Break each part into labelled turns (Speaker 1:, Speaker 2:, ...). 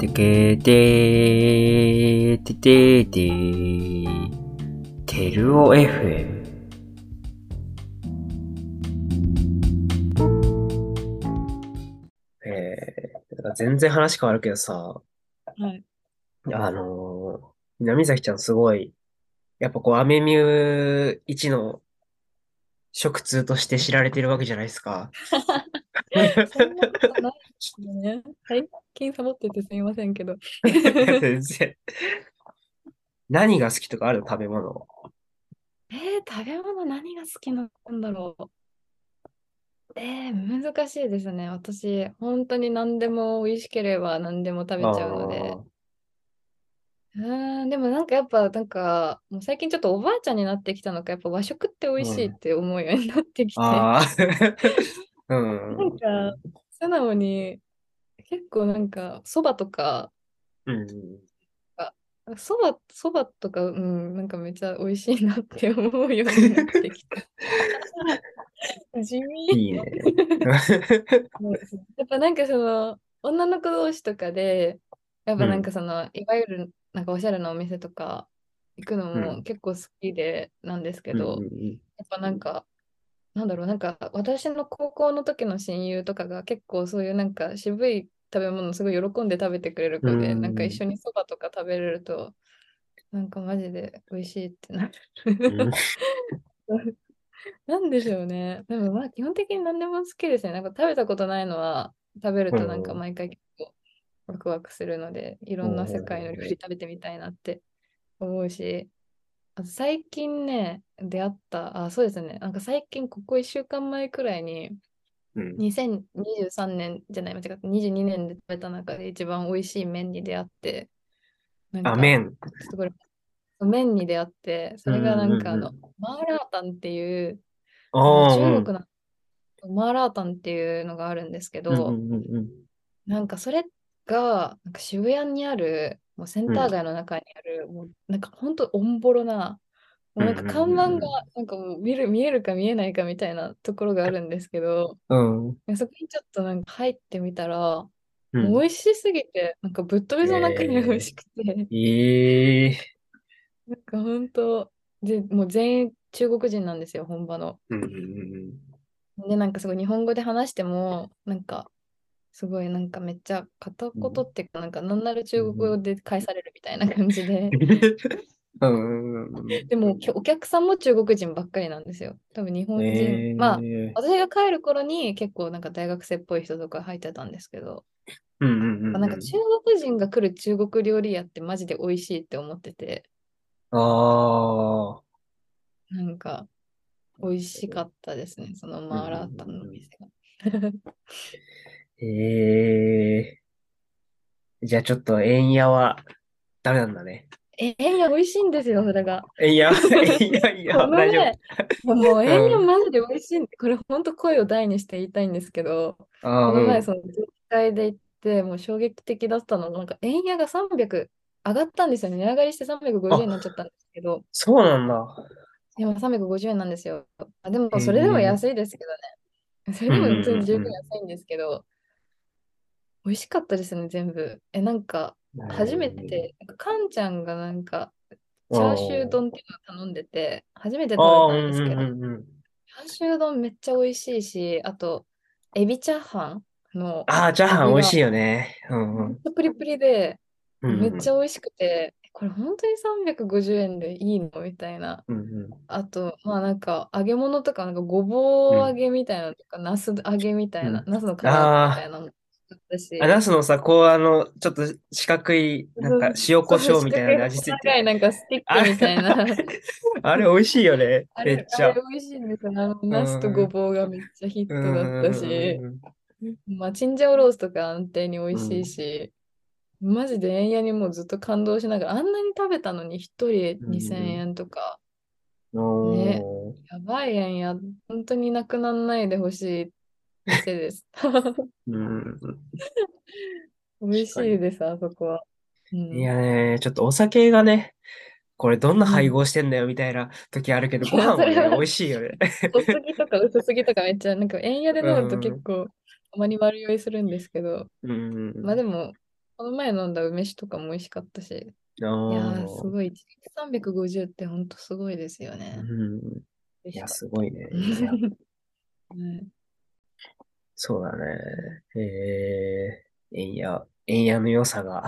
Speaker 1: てけてーてててーてるお FM
Speaker 2: えー、だから全然話変わるけどさ、
Speaker 3: はい。
Speaker 2: あのー、南崎ちゃんすごい、やっぱこう、アメミュー一の食通として知られてるわけじゃないですか。
Speaker 3: そんなことないですよね。最近サボっててすみませんけど。
Speaker 2: 全然。何が好きとかある食べ物。
Speaker 3: えー、食べ物何が好きなんだろう。えー、難しいですね。私、本当に何でも美味しければ何でも食べちゃうので。うーん、でもなんかやっぱ、なんか、もう最近ちょっとおばあちゃんになってきたのか、やっぱ和食って美味しいって思うようになってきて。
Speaker 2: あ ーあー。
Speaker 3: なんか、素直に、結構なんか、そばとか、
Speaker 2: うん。うん。
Speaker 3: そば、そばとか、うん、なんかめっちゃ美味しいなって思うようになってきた。 地味。
Speaker 2: いいね。
Speaker 3: やっぱなんかその、女の子同士とかで、やっぱなんかその、いわゆるなんかおしゃれなお店とか行くの
Speaker 2: う
Speaker 3: も結構好きでなんですけど、
Speaker 2: うん
Speaker 3: やっぱなんか、なんだろう、なんか私の高校の時の親友とかが結構そういうなんか渋い食べ物すごい喜んで食べてくれる子で、
Speaker 2: うん
Speaker 3: なんか一緒にそばとか食べれると、なんかマジで美味しいってなる。
Speaker 2: うんうん
Speaker 3: なんでしょうね。でもまあ基本的に何でも好きですね。なんか食べたことないのは食べるとなんか
Speaker 2: うん
Speaker 3: 毎回結構ワクワクするので、いろんな世界の料
Speaker 2: うん
Speaker 3: 理食べてみたいなって思うし、あと最近ね、出会った、あ、そうですね。なんか最近ここ1週間前くらいに
Speaker 2: うん
Speaker 3: 2023年じゃない、間違った22年で食べた中で一番美味しい麺に出会って、なん
Speaker 2: あ、
Speaker 3: か
Speaker 2: 麺。
Speaker 3: ちょっとこれ、麺に出会って、それがなんかあ
Speaker 2: う
Speaker 3: の、マーラータンっていう、
Speaker 2: ああ、うん
Speaker 3: 中国のマーラータンっていうのがあるんですけ
Speaker 2: うん
Speaker 3: ど、
Speaker 2: うんうんうん。
Speaker 3: なんかそれがなんか渋谷にあるもうセンター街の中にある、もうなんか本当オンボロな、もうなんか看板
Speaker 2: うんうんうんうん
Speaker 3: がなんかもう見る見えるか見えないかみたいなところがあるんですけど、
Speaker 2: うん。
Speaker 3: そこにちょっとなんか入ってみたら、
Speaker 2: うん
Speaker 3: もう美味しすぎて、なんかぶっ飛びそうなくらい美味しくて、
Speaker 2: ええ
Speaker 3: なんか本当で、もう全員中国人なんですよ、本場の。
Speaker 2: うんうん
Speaker 3: で、なんかすごい日本語で話しても、なんか、すごいなんかめっちゃ片言っていうか、なんかなんなら中国語で返されるみたいな感じ で。
Speaker 2: うんうん。
Speaker 3: でも、きょお客さんも中国人ばっかりなんですよ。多分日本人。
Speaker 2: ええ
Speaker 3: まあ、私が帰る頃に結構なんか大学生っぽい人とか入ってたんですけど、
Speaker 2: うんうんうん。
Speaker 3: なんか中国人が来る中国料理屋ってマジで美味しいって思ってて、
Speaker 2: ああ。
Speaker 3: なんか美味しかったですね、そのマーラータンの店が。
Speaker 2: ええじゃあちょっと、えんやは、ダメなんだね。
Speaker 3: ええ、いや、美味しいんですよ、それが。
Speaker 2: えんや、 えんや、いや、
Speaker 3: この
Speaker 2: 大丈
Speaker 3: ね、もう
Speaker 2: うん
Speaker 3: 栄養マジで美味しいんで、これ本当声を大にして言いたいんですけど、
Speaker 2: 夫。あ
Speaker 3: この前
Speaker 2: あ、
Speaker 3: その業界で行って、もう衝撃的だったのが、なんか円安が300上がったんですよね。値上がりして350円になっちゃったんですけど、
Speaker 2: そうなんだ。
Speaker 3: 今350円なんですよ。あでもそれでも
Speaker 2: へえ
Speaker 3: 安いですけどね。それでも普通に十分安いんですけど、美味しかったですね、全部。え、なんか初めて、なんかかんちゃんがなんか、チャーシュー丼っていうのを頼んでて、初めて食べ
Speaker 2: ああ、
Speaker 3: た
Speaker 2: うん
Speaker 3: です
Speaker 2: ん
Speaker 3: け
Speaker 2: う
Speaker 3: ど、
Speaker 2: んうん。
Speaker 3: チャーシュー丼めっちゃ美味しいし、あと、エビチャーハンの、
Speaker 2: ああ、チャーハン美味しいよね。うんう
Speaker 3: ほん
Speaker 2: ん。
Speaker 3: とプリプリで、めっち
Speaker 2: ゃ。
Speaker 3: ゃ美味しくて、これ本当に350円でいいのみたいな。
Speaker 2: うんうん。
Speaker 3: あと、まあなんか、揚げ物とか、なんかごぼう揚げみたいなのとか、ナス揚げみたいな、ナスの唐揚げみたいなのもあったし、
Speaker 2: あ、ナスのさ、こう、あの、ちょっと四角い、なんか塩コショウみたいなのに味ついて
Speaker 3: 長いなんかスティックみたいな。
Speaker 2: あれ美味しいよね。
Speaker 3: あ
Speaker 2: め
Speaker 3: れ、
Speaker 2: っちゃ。
Speaker 3: あれ美味しいんですよ。あの、ナスとごぼうがめっちゃヒットだったし、まあ、チンジャオロースとか安定に美味しいし、マジで円やにもうずっと感動しながら、あんなに食べたのに1人2000円とか、
Speaker 2: うん
Speaker 3: ねやばい円や、本当になくならないでほしい店 です。
Speaker 2: うん
Speaker 3: 美味しいです、あそこは。うん
Speaker 2: いやね、ちょっとお酒がね、これどんな配合してんだよみたいな時あるけど、
Speaker 3: うん
Speaker 2: ご飯もね
Speaker 3: いやそれは
Speaker 2: 美味しいよね。
Speaker 3: 濃すぎとか薄すぎとかめっちゃ、なんか円やで飲む
Speaker 2: う
Speaker 3: と
Speaker 2: ん
Speaker 3: 結構、たまに悪酔いするんですけど、
Speaker 2: うん
Speaker 3: まあでも、この前飲んだ梅酒とかも美味しかった
Speaker 2: あ
Speaker 3: し。いやー、
Speaker 2: ー
Speaker 3: すごい。一日350って本当すごいですよね。
Speaker 2: うん。いや、すごいね。 いや
Speaker 3: はい
Speaker 2: そうだね。えー、円や、円やの良さが。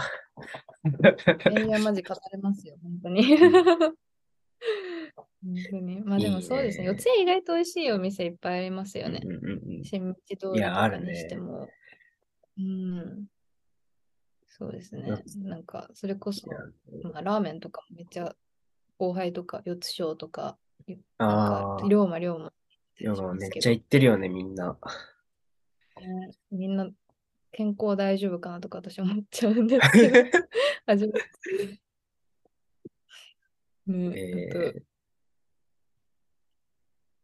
Speaker 3: いや、マジ語れますよ、本当に。
Speaker 2: ん
Speaker 3: 本当に。まあでもそうですね。
Speaker 2: いいね
Speaker 3: 四ツ谷意外と美味しいお店いっぱいありますよね。
Speaker 2: うんうんうんうん
Speaker 3: 新道通
Speaker 2: い
Speaker 3: りと
Speaker 2: やあ
Speaker 3: か
Speaker 2: るね
Speaker 3: にしても。うん。そうですね。なんか、それこそ
Speaker 2: いや、
Speaker 3: まあ、ラーメンとかもめっちゃ、後輩とか、四つ章とか、な
Speaker 2: あ
Speaker 3: んか
Speaker 2: あ、、
Speaker 3: 龍馬龍馬。
Speaker 2: いやもうめっちゃ
Speaker 3: ゃ
Speaker 2: 行ってるよね、みん な。
Speaker 3: みんな健康大丈夫かなとか私思っちゃうんですけど。初めて。 うん、
Speaker 2: え
Speaker 3: あと、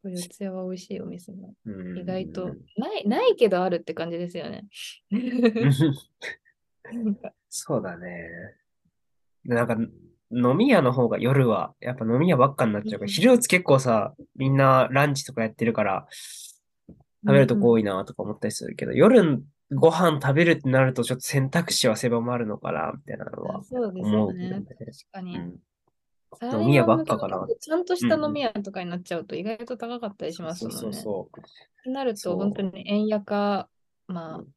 Speaker 3: 四ツ谷は美味しいお店も
Speaker 2: ー
Speaker 3: 意外と
Speaker 2: うん
Speaker 3: ない、ないけどあるって感じですよね。 なんか
Speaker 2: そうだね。なんか、飲み屋の方が夜は、やっぱ飲み屋ばっかになっちゃうか
Speaker 3: う
Speaker 2: ら、
Speaker 3: ん
Speaker 2: 昼打つ結構さ、みんなランチとかやってるから、食べるとこ多いなとか思ったりするけど、夜ご飯食べるってなると、ちょっと選択肢は狭まるのかな、みたいなの
Speaker 3: うん
Speaker 2: は
Speaker 3: あ。そうです
Speaker 2: 思
Speaker 3: よ
Speaker 2: うけど
Speaker 3: ね
Speaker 2: ね。
Speaker 3: 確か
Speaker 2: う
Speaker 3: に。
Speaker 2: ん。
Speaker 3: サラリーマン
Speaker 2: 飲み屋ばっかかな
Speaker 3: 向けのちゃんとした
Speaker 2: うんうん
Speaker 3: 飲み屋とかになっちゃうと意外と高かったりしますもんね。
Speaker 2: そうそうそう。
Speaker 3: ってなる
Speaker 2: そ
Speaker 3: と、
Speaker 2: う
Speaker 3: 本当に円安か、まあ
Speaker 2: うん、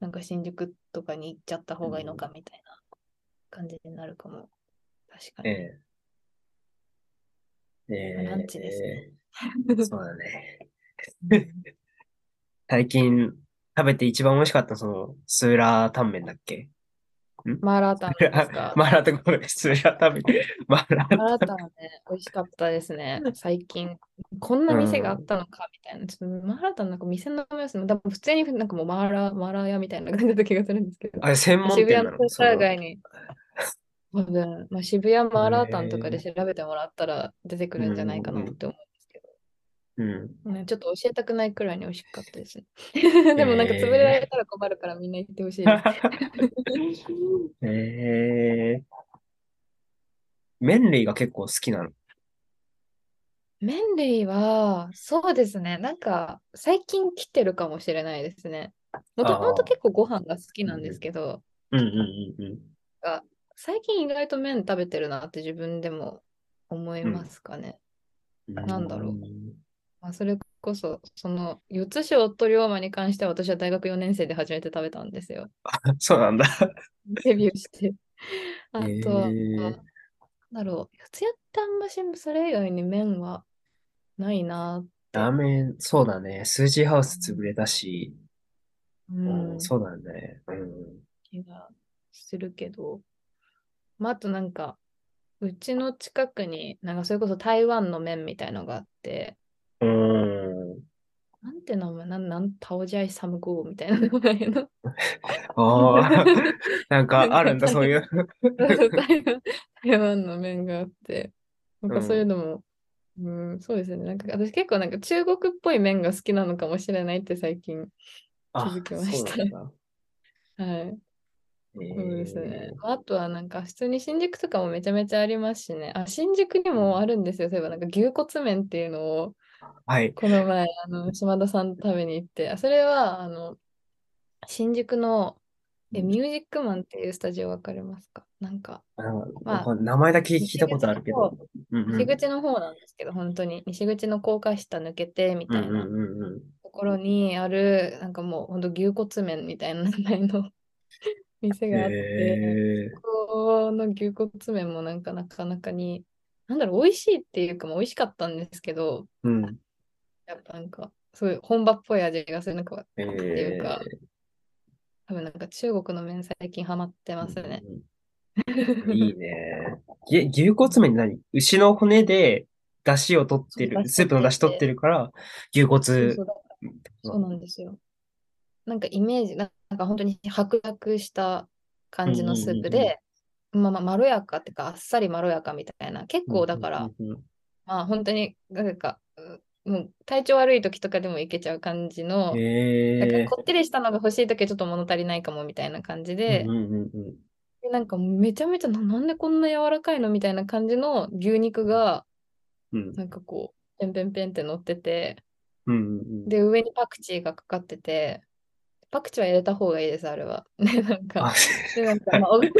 Speaker 3: なんか新宿とかに行っちゃった方がいいのかみたいな感じになるかも。確かに。
Speaker 2: ええ。ええ。
Speaker 3: ランチですね
Speaker 2: そうだね。最近食べて一番美味しかった、その、スーラータンメンだっけ。
Speaker 3: マーラータンですか
Speaker 2: マーラーとごめん、スーラータン メン。マーラー
Speaker 3: マーラータンはね、美味しかったですね。最近、こんな店があったのかみたいな。ちょっとマーラータンなんか店の名前ですね。多分普通になんかもうマーラー、マーラー屋みたいな感じだった気がするんですけど。
Speaker 2: あれ、専門
Speaker 3: 渋
Speaker 2: 店
Speaker 3: 谷
Speaker 2: なの
Speaker 3: のセン
Speaker 2: そ
Speaker 3: ター
Speaker 2: の
Speaker 3: 街に。多分、まあ、渋谷マーラータンとかで調べてもらったら出てくるんじゃないかなって思うんですけど。
Speaker 2: うん。
Speaker 3: ね、ちょっと教えたくないくらいに美味しかったですね。 でもなんか潰れられたら困るからみんな行ってほしいです。
Speaker 2: へえ。麺類が結構好きなの。
Speaker 3: 麺類は、そうですね。なんか、最近来てるかもしれないですね。もともと結構ご飯が好きなんですけど、
Speaker 2: うんうんうんうん。
Speaker 3: 最近意外と麺食べてるなって自分でも思いますかね。なんだろうまあ、それこそ、その、四つ章と龍馬に関しては私は大学4年生で初めて食べたんですよ。
Speaker 2: うん。そうなんだ。
Speaker 3: デビューして。あとは、
Speaker 2: へー
Speaker 3: なんだろう、四谷ってあんましそれ以外に麺はないな。
Speaker 2: ラーメン、そうだね。スージーハウス潰れたし、
Speaker 3: うん、
Speaker 2: うんそうだね。うん。
Speaker 3: 気がするけど、まあ、あとなんか、うちの近くに、なんかそれこそ台湾の麺みたいのがあって、
Speaker 2: うん。
Speaker 3: なんて名前、なん、なん、タオジャイサムゴーみたいな名前の
Speaker 2: ああ、なんかあるんだ、そういう。
Speaker 3: 台湾台湾の麺があって、なんかそういうのも、うん、そうですね。なんか私結構なんか中国っぽい麺が好きなのかもしれないって最近、
Speaker 2: あ、
Speaker 3: 気づきました
Speaker 2: そうなんだ。
Speaker 3: はい、そうですね
Speaker 2: え。
Speaker 3: あとはなんか普通に新宿とかもめちゃめちゃありますしね。あ、新宿にもあるんですよ。そういえばなんか牛骨麺っていうのを
Speaker 2: ーはい。
Speaker 3: この前、あの、島田さんと食べに行って、あ、それはあの、新宿のえミュージックマンっていうスタジオわかりますかなんか、
Speaker 2: なんか
Speaker 3: まあ
Speaker 2: なんか名前だけ聞いたことあるけど。うんうん
Speaker 3: 西口の方なんですけど、本当に西口の高架下抜けてみ
Speaker 2: うん
Speaker 3: たいな
Speaker 2: うんうんうん。
Speaker 3: ところにある、なんかもう本当牛骨麺みたいな名前の 店があって、
Speaker 2: へー
Speaker 3: この牛骨麺もなんかなかなかに、なんだろう、美味しいっていうか、まあ美味しかったんですけど、
Speaker 2: うん。
Speaker 3: やっぱなんか、すごい本場っぽい味がするのか、
Speaker 2: えー
Speaker 3: ていうか多分なんか中国の麺最近ハマってますね。
Speaker 2: うんいいね。ぎ牛骨麺って何牛の骨で出汁を取って
Speaker 3: そう
Speaker 2: る、
Speaker 3: 出
Speaker 2: ス
Speaker 3: 汁
Speaker 2: ープの出汁取ってるから、牛骨。
Speaker 3: そうそうだそうなんですよ。なんかイメージ、ななんか本当に白濁した感じのスー
Speaker 2: うんう
Speaker 3: プ
Speaker 2: ん
Speaker 3: で、まあまあまろやかっていうか、あっさりまろやかみたいな、結構だから、
Speaker 2: うんうんうん
Speaker 3: まあ本当に、なんか、うもう体調悪い時とかでもいけちゃう感じの、
Speaker 2: へ
Speaker 3: なん
Speaker 2: え
Speaker 3: かこってりしたのが欲しい時はちょっと物足りないかもみたいな感じで、
Speaker 2: うんうんうんうん
Speaker 3: でなんかめちゃめちゃななんでこんな柔らかいのみたいな感じの牛肉が
Speaker 2: うん
Speaker 3: なんかこうペンペンペンって乗ってて
Speaker 2: うんうんうん
Speaker 3: で上にパクチーがかかっててパクチーは入れた方がいいです、あれは。 ね、なん
Speaker 2: あ
Speaker 3: か、で、なんか、まあ、お
Speaker 2: はい。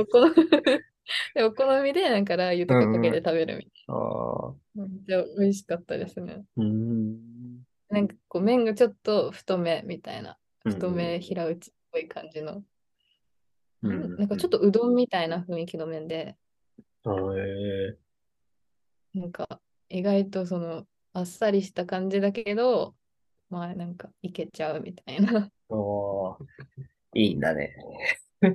Speaker 3: お好み でお好みで、なんかラー油とかかけて食べるみたい
Speaker 2: ああ。
Speaker 3: な。めっちゃ美味しかったですね。
Speaker 2: うん。
Speaker 3: なんかこう、麺がちょっと太めみたいな。
Speaker 2: うん
Speaker 3: 太め、平打ちっぽい感じの。
Speaker 2: う
Speaker 3: なんかちょっとうどんみたいな雰囲気の麺で。
Speaker 2: と。え
Speaker 3: なんか意外とそのあっさりした感じだけど、まあなんかいけちゃうみたいな。は
Speaker 2: ー、おーいいんだね。
Speaker 3: いす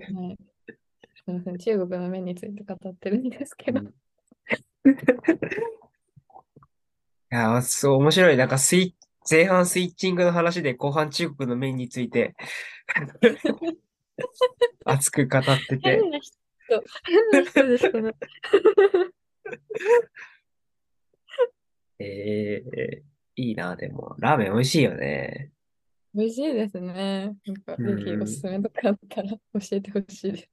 Speaker 3: みません、中国の麺について語ってるんですけど
Speaker 2: う。ん いやー、そう、面白い。なんかスイ、前半スイッチングの話で、後半中国の面について 熱く語ってて。
Speaker 3: 変な人、変な人ですけど。
Speaker 2: ええいいな、でも。ラーメン美味しいよね。
Speaker 3: 美味しいですね。なんか
Speaker 2: うん
Speaker 3: ぜひおすすめとかあったら教えてほしいです。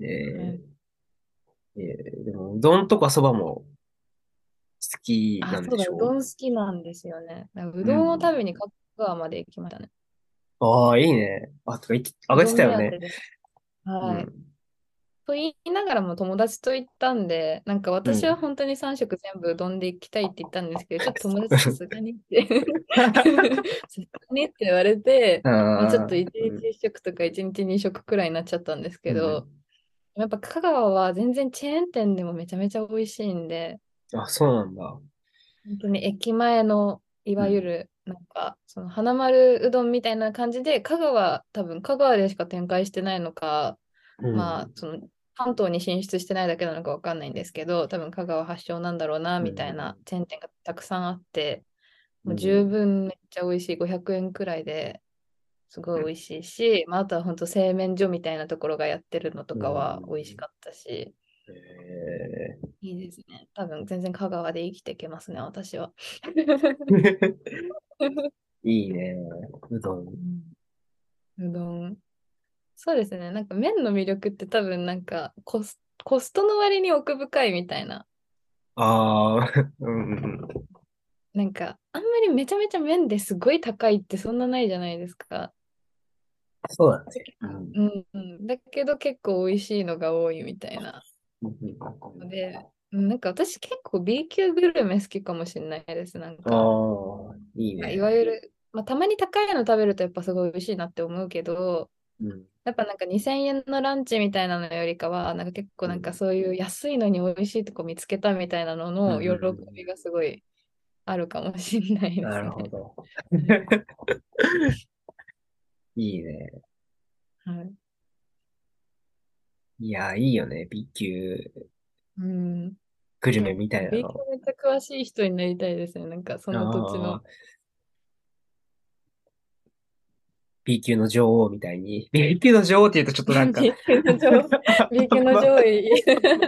Speaker 2: ええええでも、うどんとかそばも好きな
Speaker 3: あ、
Speaker 2: ん
Speaker 3: そ
Speaker 2: で
Speaker 3: うだ、
Speaker 2: し
Speaker 3: う
Speaker 2: ょ
Speaker 3: ど
Speaker 2: うん
Speaker 3: 好きなんですよね。なんかうどんを食べに香川まで行きましたね。
Speaker 2: ああ、いいね。あ、とか言って、上がってたよ
Speaker 3: うどん目
Speaker 2: ね。
Speaker 3: 当てで。はい。
Speaker 2: うん
Speaker 3: と言いながらも友達と行ったんで、なんか私は本当に3食全部うどんで行きたいって言ったんですけど、ちょっと友達さすが にって、さすがにって言われて、まあ、ちょっと1日1食とか1日2食くらいになっちゃったんですけど、やっぱ香川は全然チェーン店でもめちゃめちゃ美味しいんで、
Speaker 2: うんあ、そうなんだ。
Speaker 3: 本当に駅前のいわゆるなんかその花丸うどんみたいな感じで、香川、多分香川でしか展開してないのか、
Speaker 2: うん
Speaker 3: まあ、その関東に進出してないだけなのかわかんないんですけど、多分香川発祥なんだろうな、みたいなチェーン店がたくさんあって、もう十分めっちゃ美味しい、500円くらいですごい美味しいし、まあ、あとは本当製麺所みたいなところがやってるのとかは
Speaker 2: うん
Speaker 3: 美味しかったし、
Speaker 2: え
Speaker 3: いいですね。多分全然香川で生きていけますね、私は。
Speaker 2: ー いいね。うどん。
Speaker 3: うどん。そうですね。なんか麺の魅力って多分なんかコスコストの割に奥深いみたいな。
Speaker 2: ああ、うんうん
Speaker 3: なんかあんまりめちゃめちゃ麺ですごい高いってそんなないじゃないですか。
Speaker 2: そうだね。うん
Speaker 3: うん、うん。だけど結構美味しいのが多いみたいなので、うんなんか私結構 B 級グルメ好きかもしれないです。なん
Speaker 2: あ
Speaker 3: か、
Speaker 2: あ、いい
Speaker 3: い
Speaker 2: ね。
Speaker 3: わゆる、まあ、たまに高いの食べるとやっぱすごい美味しいなって思うけど、
Speaker 2: うん
Speaker 3: やっぱなんか2000円のランチみたいなのよりかは、なんか結構なん
Speaker 2: う
Speaker 3: か
Speaker 2: ん
Speaker 3: そういう安いのに美味しいとこ見つけたみたいなのの
Speaker 2: うん
Speaker 3: 喜
Speaker 2: うんうん
Speaker 3: びがすごいあるかもしれないです
Speaker 2: なる
Speaker 3: ね。
Speaker 2: ほど。いいね。
Speaker 3: はい
Speaker 2: いや、いいよね。B 級
Speaker 3: うん。
Speaker 2: グルメみたいな
Speaker 3: 勉強
Speaker 2: の。
Speaker 3: めっちゃ詳しい人になりたいですね。なんかその土地
Speaker 2: あ
Speaker 3: の
Speaker 2: ー。B 級の女王みたいに。B 級の女王って言うとちょっとなんか。
Speaker 3: B 級の女 王 B 級の上位。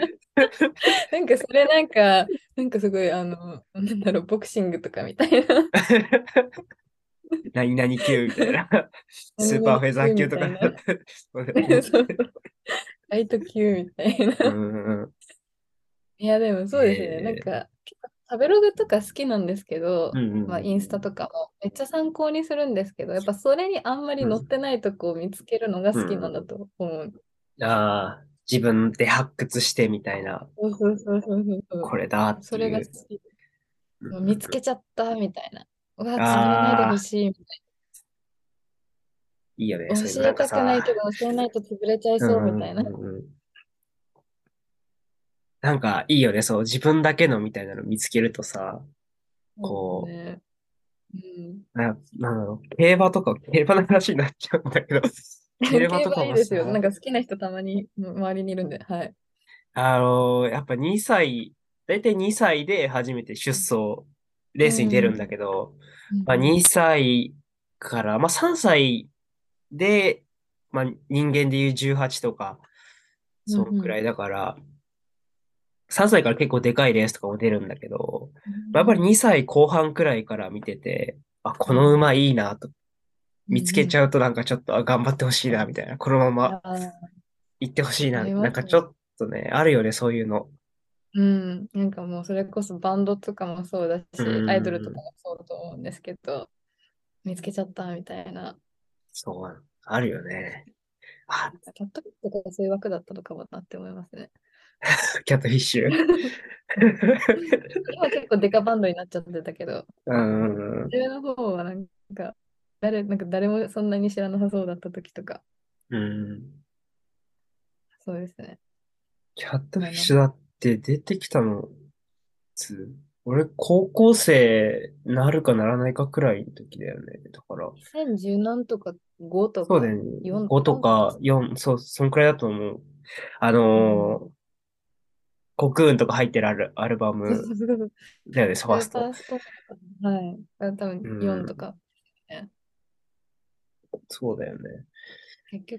Speaker 3: なんかそれなんか、なんかすごいあの、なんだろう、ボクシングとかみたいな。
Speaker 2: 何々級みたい な。スーパーフェザー級とか。
Speaker 3: 何 々そうライト級みたいな。
Speaker 2: うんうん
Speaker 3: いや、でもそうですね。
Speaker 2: えー
Speaker 3: なんか、結構食べログとか好きなんですけど、
Speaker 2: うん。
Speaker 3: まあ、インスタとかもめっちゃ参考にするんですけど、やっぱそれにあんまり載ってないとこを見つけるのが好きなんだと思う。
Speaker 2: ああ、自分で発掘してみたいな、
Speaker 3: そうそうそうそうそう。
Speaker 2: これだっていう。
Speaker 3: それが好き。もう見つけちゃったみたいな。うわ、釣らないで
Speaker 2: あー
Speaker 3: ほしいみたい
Speaker 2: いいよね。
Speaker 3: な。
Speaker 2: そういう
Speaker 3: 教
Speaker 2: のな
Speaker 3: え
Speaker 2: んか
Speaker 3: た
Speaker 2: さ
Speaker 3: くないけど、教えないと潰れちゃいそうみたいな。
Speaker 2: うんうんうんうんなんかいいよね。そう、自分だけのみたいなの見つけるとさ、こう
Speaker 3: ねうん。
Speaker 2: な、なんだろう、競馬とか、競馬の話になっちゃうんだ けど、競馬とか
Speaker 3: いい
Speaker 2: も
Speaker 3: ですよ。
Speaker 2: さ
Speaker 3: なんか好きな人たまに周りにいるんで、はい。
Speaker 2: あの、やっぱ2歳、だいたい2歳で初めて出走、レースに出るんだけど、まあ、2歳から、まあ、3歳で、まあ、人間でいう18とか、そのくらいだから、3歳から結構でかいレースとかも出るんだけど、まあやっぱり2歳後半くらいから見てて、あ、この馬いいなと、見つけち
Speaker 3: ゃ
Speaker 2: ゃうとなんかちょっと、あ、頑張ってほしいな、みたいな、このまま
Speaker 3: あー
Speaker 2: 行ってほしいな、
Speaker 3: あり
Speaker 2: なん
Speaker 3: ます
Speaker 2: か
Speaker 3: ね
Speaker 2: ちょっとね、あるよね、そういうの。
Speaker 3: うん、なんかもうそれこそバンドとかもそうだし、
Speaker 2: うん
Speaker 3: アイドルとかもそうだと思うんですけど、見つけちゃったみたいな、
Speaker 2: そう、あるよね。あ、
Speaker 3: キャットフィッシュとかそういう枠だったのかもなって思いますね。
Speaker 2: キャットフィッシュ。
Speaker 3: 今結構デカバンドになっちゃってたけど、
Speaker 2: うん。
Speaker 3: 上の方はなんか誰、なんか誰もそんなに知らなさそうだった時とか、
Speaker 2: うん。
Speaker 3: そうですね。
Speaker 2: キャットフィッシュだって出てきたの、つ、俺、高校生なるかならないかくらいの時だよね。だから、
Speaker 3: 2010何とか5とか、
Speaker 2: そうだよね。
Speaker 3: 4
Speaker 2: 5とか4、そう、そんくらいだと思う。あのー、コクーンとか入ってるアルアルバ
Speaker 3: そう
Speaker 2: ム
Speaker 3: そうそう
Speaker 2: だよね、ファース
Speaker 3: ファ
Speaker 2: ト
Speaker 3: ー。ストはい。あ多分
Speaker 2: うん
Speaker 3: 4とか。
Speaker 2: そうだよね。
Speaker 3: 結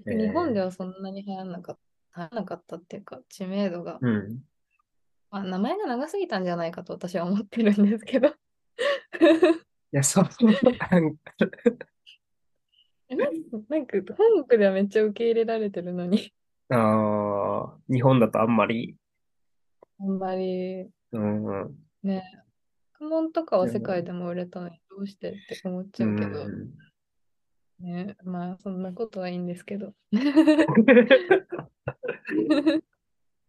Speaker 2: え
Speaker 3: 局
Speaker 2: ー
Speaker 3: 日本ではそんなに流行んなかった、流行んなかったっていうか、知名度が、
Speaker 2: うん。
Speaker 3: まあ、名前が長すぎたんじゃないかと私は思ってるんですけど。
Speaker 2: いや、そう、なんか
Speaker 3: なん なんか本国ではめっちゃ受け入れられてるのに、
Speaker 2: あー日本だとあんまり、
Speaker 3: あんまり
Speaker 2: うん、うん
Speaker 3: 苦問とかは
Speaker 2: でも
Speaker 3: 世界でも売れたのにどうしてって思っちゃうけど、ね、まあそんなことはいいんですけど。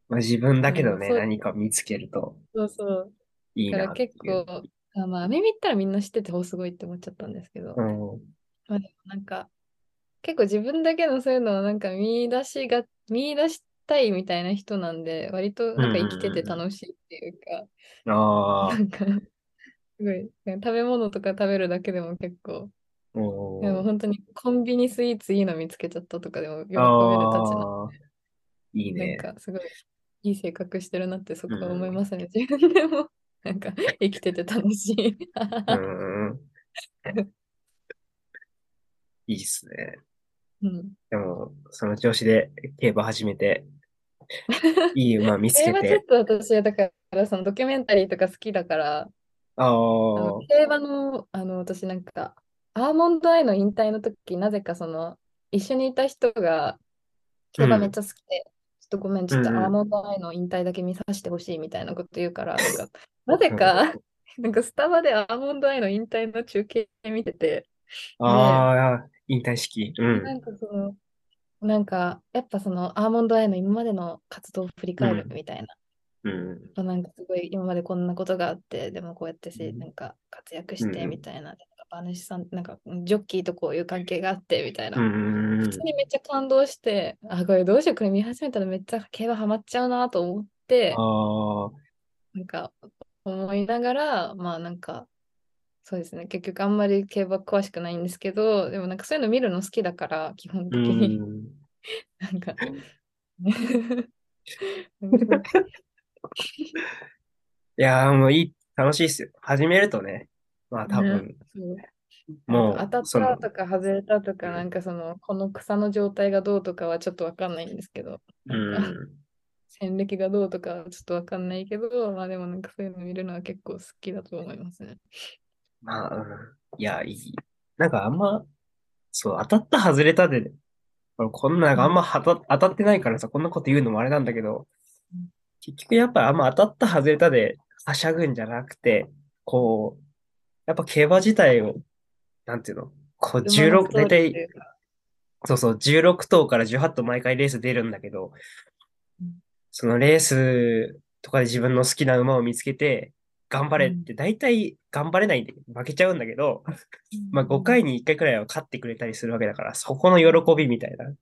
Speaker 2: まあ自分だけど
Speaker 3: うん
Speaker 2: ね、
Speaker 3: そう
Speaker 2: 何か見つけると
Speaker 3: そうそう。
Speaker 2: いい
Speaker 3: だ
Speaker 2: な
Speaker 3: から
Speaker 2: ってい
Speaker 3: 結構
Speaker 2: う。、
Speaker 3: あまあ、耳行ったらみんな知ってて、おすごいって思っちゃったんですけど、
Speaker 2: 構、
Speaker 3: まあでもなんか、結構自分だけのそういうのをなんか見出しが、見出したいみたいな人なんで、割となんか生きてて楽しいっていうか、
Speaker 2: うん。ああ
Speaker 3: な、んか、すごい、なんか食べ物とか食べるだけでも結構、
Speaker 2: うん
Speaker 3: でも本当にコンビニスイーツいいの見つけちゃったとかでも喜べるたちな
Speaker 2: ああ、いい
Speaker 3: んで、
Speaker 2: ね。
Speaker 3: なんかすごいいい性格してるなってそこは思いますね、自分でも。なんか生きてて楽しい。
Speaker 2: う ん。いいっすね。
Speaker 3: うん
Speaker 2: でも、その調子で競馬始め て、いい馬見つ
Speaker 3: 競
Speaker 2: け、
Speaker 3: 馬ちょってと私はだからそのドキュメンタリーとか好きだから、
Speaker 2: あ
Speaker 3: あ
Speaker 2: あ、
Speaker 3: の競馬のあの私なんかアーモンドアイの引退の時なぜかその一緒にいた人が競馬めっちゃ好きで、ちょっとごめんちょっと
Speaker 2: う
Speaker 3: ア
Speaker 2: んうん
Speaker 3: ーモンドアイの引退だけ見させてほしいみたいなこと言うから、なんかなぜかなんかスタバでアーモンドアイの引退の中継見てて、
Speaker 2: ああ、引退式。う。
Speaker 3: なんんかその、なんかやっぱそのアーモンドアイの今までの活動を振り返る
Speaker 2: うん
Speaker 3: みたいな。
Speaker 2: うん。
Speaker 3: まあなんかすごい今までこんなことがあって、でもこうやってし、
Speaker 2: うん
Speaker 3: なんか活躍
Speaker 2: う
Speaker 3: し
Speaker 2: んう
Speaker 3: て
Speaker 2: ん
Speaker 3: みたいな、なんか馬主さん、なんかジョッキーとこういう関係があってみたいな、
Speaker 2: うん。
Speaker 3: 普通にめっちゃ感動して、あ、これどうしよう、これ見始めたらめっちゃ競馬ハマっちゃうなと思って、
Speaker 2: ああ、
Speaker 3: なんか思いながら、まあなんか、そうですね、結局あんまり競馬詳しくないんですけど、でもなんかそういうの見るの好きだから、基本
Speaker 2: う
Speaker 3: 的に、
Speaker 2: ん。
Speaker 3: なんか、 なんか
Speaker 2: いやー、もういい、楽しいっすよ。始めるとね、まあ多分、
Speaker 3: そう
Speaker 2: もう、
Speaker 3: 当たっ
Speaker 2: その
Speaker 3: たとか外れたとか、
Speaker 2: うん
Speaker 3: なんかその、この草の状態がどうとかはちょっとわかんないんですけど、なんか
Speaker 2: うん。
Speaker 3: 戦歴がどうとかはちょっとわかんないけど、まあでもなんかそういうの見るのは結構好きだと思いますね。
Speaker 2: まあ、うんいや、いい。なんかあんま、そう、当たった外れたで、俺こんな、あんまはた当たってないからさ、こんなこと言うのもあれなんだけど
Speaker 3: うん、
Speaker 2: 結局やっぱあんま当たった外れたで、はしゃぐんじゃなくて、こう、やっぱ競馬自体を、なんていうの、こう
Speaker 3: 馬の
Speaker 2: 16、
Speaker 3: スト
Speaker 2: 大
Speaker 3: ーリー
Speaker 2: 体
Speaker 3: と、いうか
Speaker 2: そうそう、16頭から18頭毎回レース出るんだけど
Speaker 3: うん、
Speaker 2: そのレースとかで自分の好きな馬を見つけて、頑張れっ
Speaker 3: うん
Speaker 2: て、大体頑張れないんで負けちゃうんだけど、まあ5回に1回くらいは勝ってくれたりするわけだから、そこの喜びみたいな。あ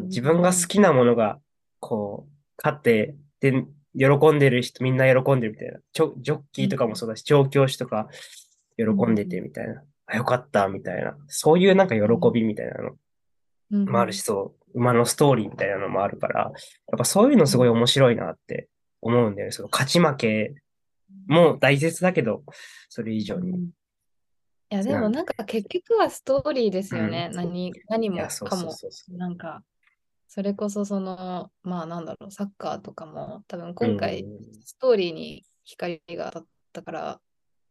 Speaker 2: の自分が好きなものが、こう、勝って、で、喜んでる人、みんな喜んでるみたいな。ちょジョッキーとかもそうだし、調教師とか、喜んでてみたいな。あ、よかった、みたいな。そういうなんか喜びみたいなの
Speaker 3: うん
Speaker 2: もあるし、、そう、馬のストーリーみたいなのもあるから、やっぱそういうのすごい面白いなって思うんだよね。その勝ち負けも大切だけど、それ以上
Speaker 3: う
Speaker 2: に。
Speaker 3: んいやでもなんか結局はストーリーですよね。
Speaker 2: うん
Speaker 3: 何何
Speaker 2: い
Speaker 3: も
Speaker 2: や、そう
Speaker 3: か
Speaker 2: そう
Speaker 3: も。
Speaker 2: そうそう。
Speaker 3: なんか、それこそその、まあなんだろう、サッカーとかも、多分今回
Speaker 2: うん、
Speaker 3: ストーリーに光が当たったから、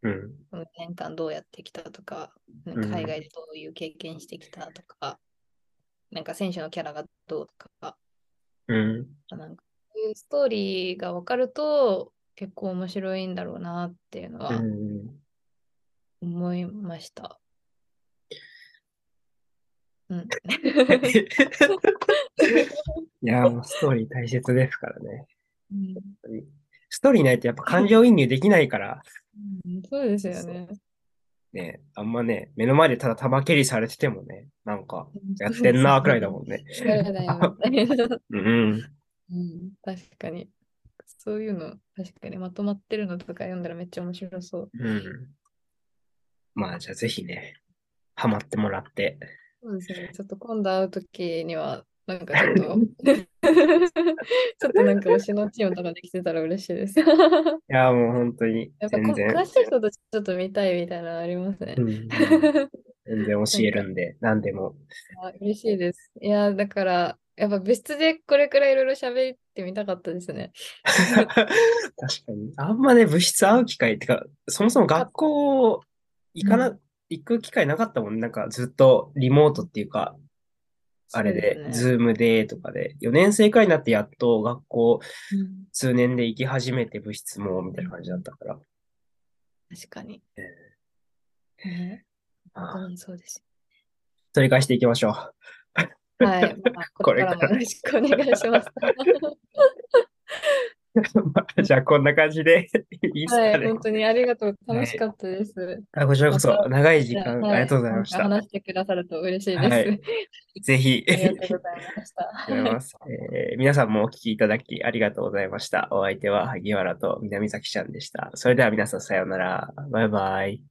Speaker 2: うん。
Speaker 3: この年間どうやってきたとか、ね
Speaker 2: うん
Speaker 3: 海外でどういう経験してきたとか、なんか選手のキャラがどうとか、
Speaker 2: うん。
Speaker 3: なんかそういうストーリーが分かると、結構面白いんだろうなっていうのは
Speaker 2: うん
Speaker 3: 思いました。 うん。
Speaker 2: いや、もうストーリー大切ですからね。
Speaker 3: うん
Speaker 2: ストーリーないとやっぱ感情移入できないから、
Speaker 3: うんそうですよね。
Speaker 2: ね、あんまね、目の前でただ玉蹴りされててもね、なんか、やってんなーくらいだもんね。
Speaker 3: そうですよね。疲れないよ
Speaker 2: うん。
Speaker 3: うん確かに。そういうの、確かにまとまってるのとか読んだらめっちゃ面白そう。
Speaker 2: うん。まあ、じゃあぜひね、ハマってもらって。
Speaker 3: そうですね。ちょっと今度会うときには、なんかちょ っと、ちょっとなんか推しのチームとかできてたら嬉しい です。や
Speaker 2: い
Speaker 3: っ
Speaker 2: や、もう本当に、
Speaker 3: ぱこ
Speaker 2: 全然、
Speaker 3: 詳しい人とちょっと見たいみたいなのありますね
Speaker 2: う。ん全然教えるん で、何でも。
Speaker 3: あ 嬉しいです。いやー、だから、やっぱ別室でこれくらいいろいろ喋ってみたかったですね。
Speaker 2: 確かに。あんまね、部室会う機会ってか、そもそも学校行かな、
Speaker 3: うん
Speaker 2: 行く機会なかったもんね。なんかずっとリモートっていうか、あれで、
Speaker 3: そうですね
Speaker 2: ズームでとかで、4年生くらいになってやっと学校
Speaker 3: うん
Speaker 2: 数年で行き始めて部室も、みたいな感じだったから。
Speaker 3: 確かに。
Speaker 2: え
Speaker 3: ね、僕
Speaker 2: ああ
Speaker 3: もそうです。
Speaker 2: 取り返していきましょう。
Speaker 3: はい、まあ、
Speaker 2: こ
Speaker 3: こ
Speaker 2: れ
Speaker 3: れ
Speaker 2: か
Speaker 3: かららもよろしくお願いします。
Speaker 2: まあじゃあこんな感じで いいですか
Speaker 3: はい、
Speaker 2: ね。
Speaker 3: 本当にありがとう。
Speaker 2: はい
Speaker 3: 楽しかったです。
Speaker 2: あこちらこそ
Speaker 3: また
Speaker 2: 長い時
Speaker 3: じゃあ
Speaker 2: 間、
Speaker 3: は
Speaker 2: ありがとうございまし
Speaker 3: な
Speaker 2: た。
Speaker 3: んか話してくださると嬉しいです。
Speaker 2: は
Speaker 3: あ
Speaker 2: いぜひ。
Speaker 3: りがとうございました。
Speaker 2: ありがとうございます。 えー皆さんもお聞きいただきありがとうございました。お相手は萩原と南崎ちゃんでした。それでは皆さんさようなら。バイバイ。